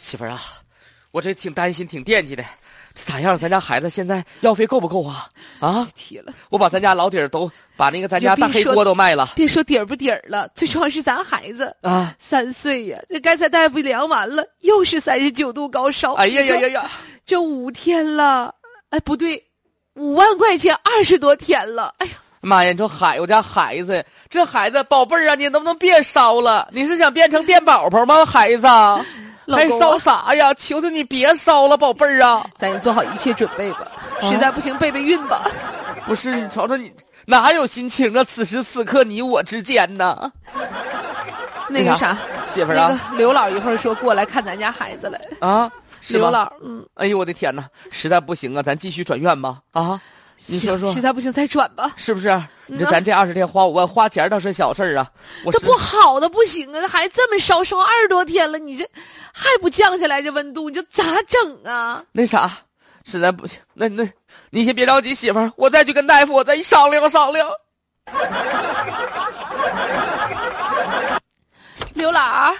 媳妇儿啊，我这挺担心，挺惦记的，这咋样？咱家孩子现在药费够不够啊？啊，提了， 我把咱家老底儿都把那个咱就家别大黑说锅都卖了别说底儿不底儿了，最重要是咱孩子啊！三岁呀，那刚才大夫量完了，又是三十九度高烧，哎呀呀这呀，呀！这五天了，哎，不对，五万块钱二十多天了，哎呀，妈呀！你说海，我家孩子，这孩子宝贝儿啊，你能不能别烧了？你是想变成电宝宝吗，孩子？老还公烧啊啥呀？求求你别烧了，宝贝儿啊！咱也做好一切准备吧，啊实在不行备备孕吧。不是，你瞅瞅你，哪有心情啊？此时此刻你我之间呢？那个啥，媳妇儿那啊个刘老一会儿说过来看咱家孩子来，啊，是刘吧？老，嗯，哎呦我的天哪，实在不行啊，咱继续转院吧啊！你行说说实在不行再转吧。是不是？你说嗯啊咱这二十天花五万，花钱倒是小事儿啊。我这是不好的不行啊，这孩子这么烧，烧二十多天了，你这还不降下来这温度，你这咋整啊？那啥，实在不行，那那，你先别着急，媳妇儿，我再去跟大夫，我再商量商量。刘老儿，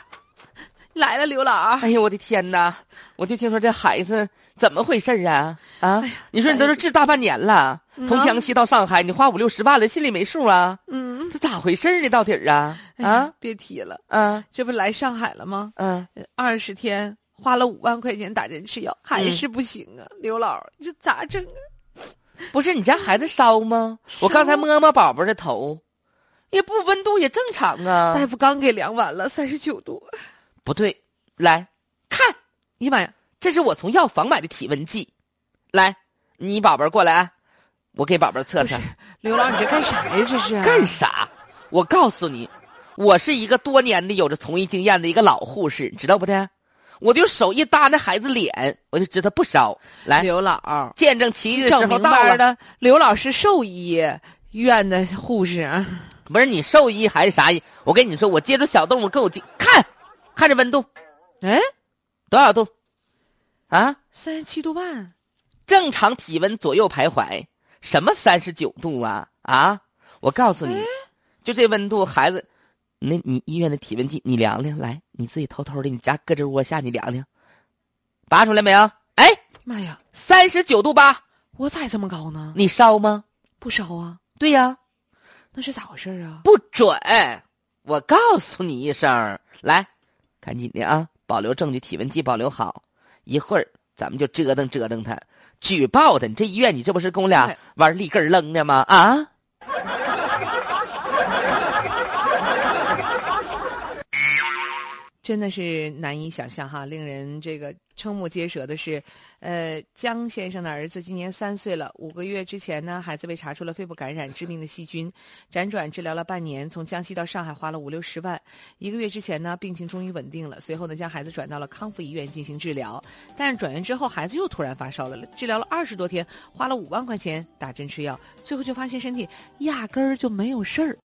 来了，刘老儿，哎呦，我的天哪！我就听说这孩子怎么回事儿啊啊！哎你说你都是治大半年了，嗯从啊江西到上海，你花五六十万了，心里没数啊？嗯，这咋回事儿呢？到底儿啊哎呀啊，别提了，啊这不来上海了吗？啊！二十天花了五万块钱打针吃药，还是不行啊，刘老儿，你这咋整啊？不是你家孩子烧吗？我刚才烧摸摸宝宝的头，也不温度也正常啊大。夫刚给量完了，三十九度，不对，来看，哎呀妈呀，这是我从药房买的体温计。来，你宝宝过来，啊我给宝宝测不测是。，啊刘老儿，你这干啥呀？这是啊干啥？我告诉你，我是一个多年的有着从医经验的一个老护士，你知道不的？我就手一搭那孩子脸，我就知道不烧。来，刘老儿，见证奇迹的时整候明到白了。了，刘老师兽医院的护士啊。不是你兽医还是啥医？我跟你说，我接触小动物跟我接看，看这温度哎，多少度？啊，三十七度半，正常体温左右徘徊，什么三十九度啊啊！我告诉你，就这温度，孩子，那你医院的体温计你量量，来，你自己偷偷的，你家胳肢窝下你量量，拔出来没有？哎，妈呀，三十九度八，我咋这么高呢？你烧吗？不烧啊？对呀、那是咋回事啊？不准，我告诉你一声，来，赶紧的啊，保留证据，体温计保留好，一会儿咱们就折腾折腾他，举报他。你这医院，你这不是跟我俩哎玩立根儿扔的吗？啊！真的是难以想象哈，令人这个瞠目结舌的是，呃，江先生的儿子今年三岁了，五个月之前呢，孩子被查出了肺部感染致命的细菌，辗转治疗了半年，从江西到上海花了五六十万。一个月之前呢，病情终于稳定了，随后呢，将孩子转到了康复医院进行治疗，但是转院之后，孩子又突然发烧了，治疗了二十多天，花了五万块钱打针吃药，最后就发现身体压根儿就没有事儿。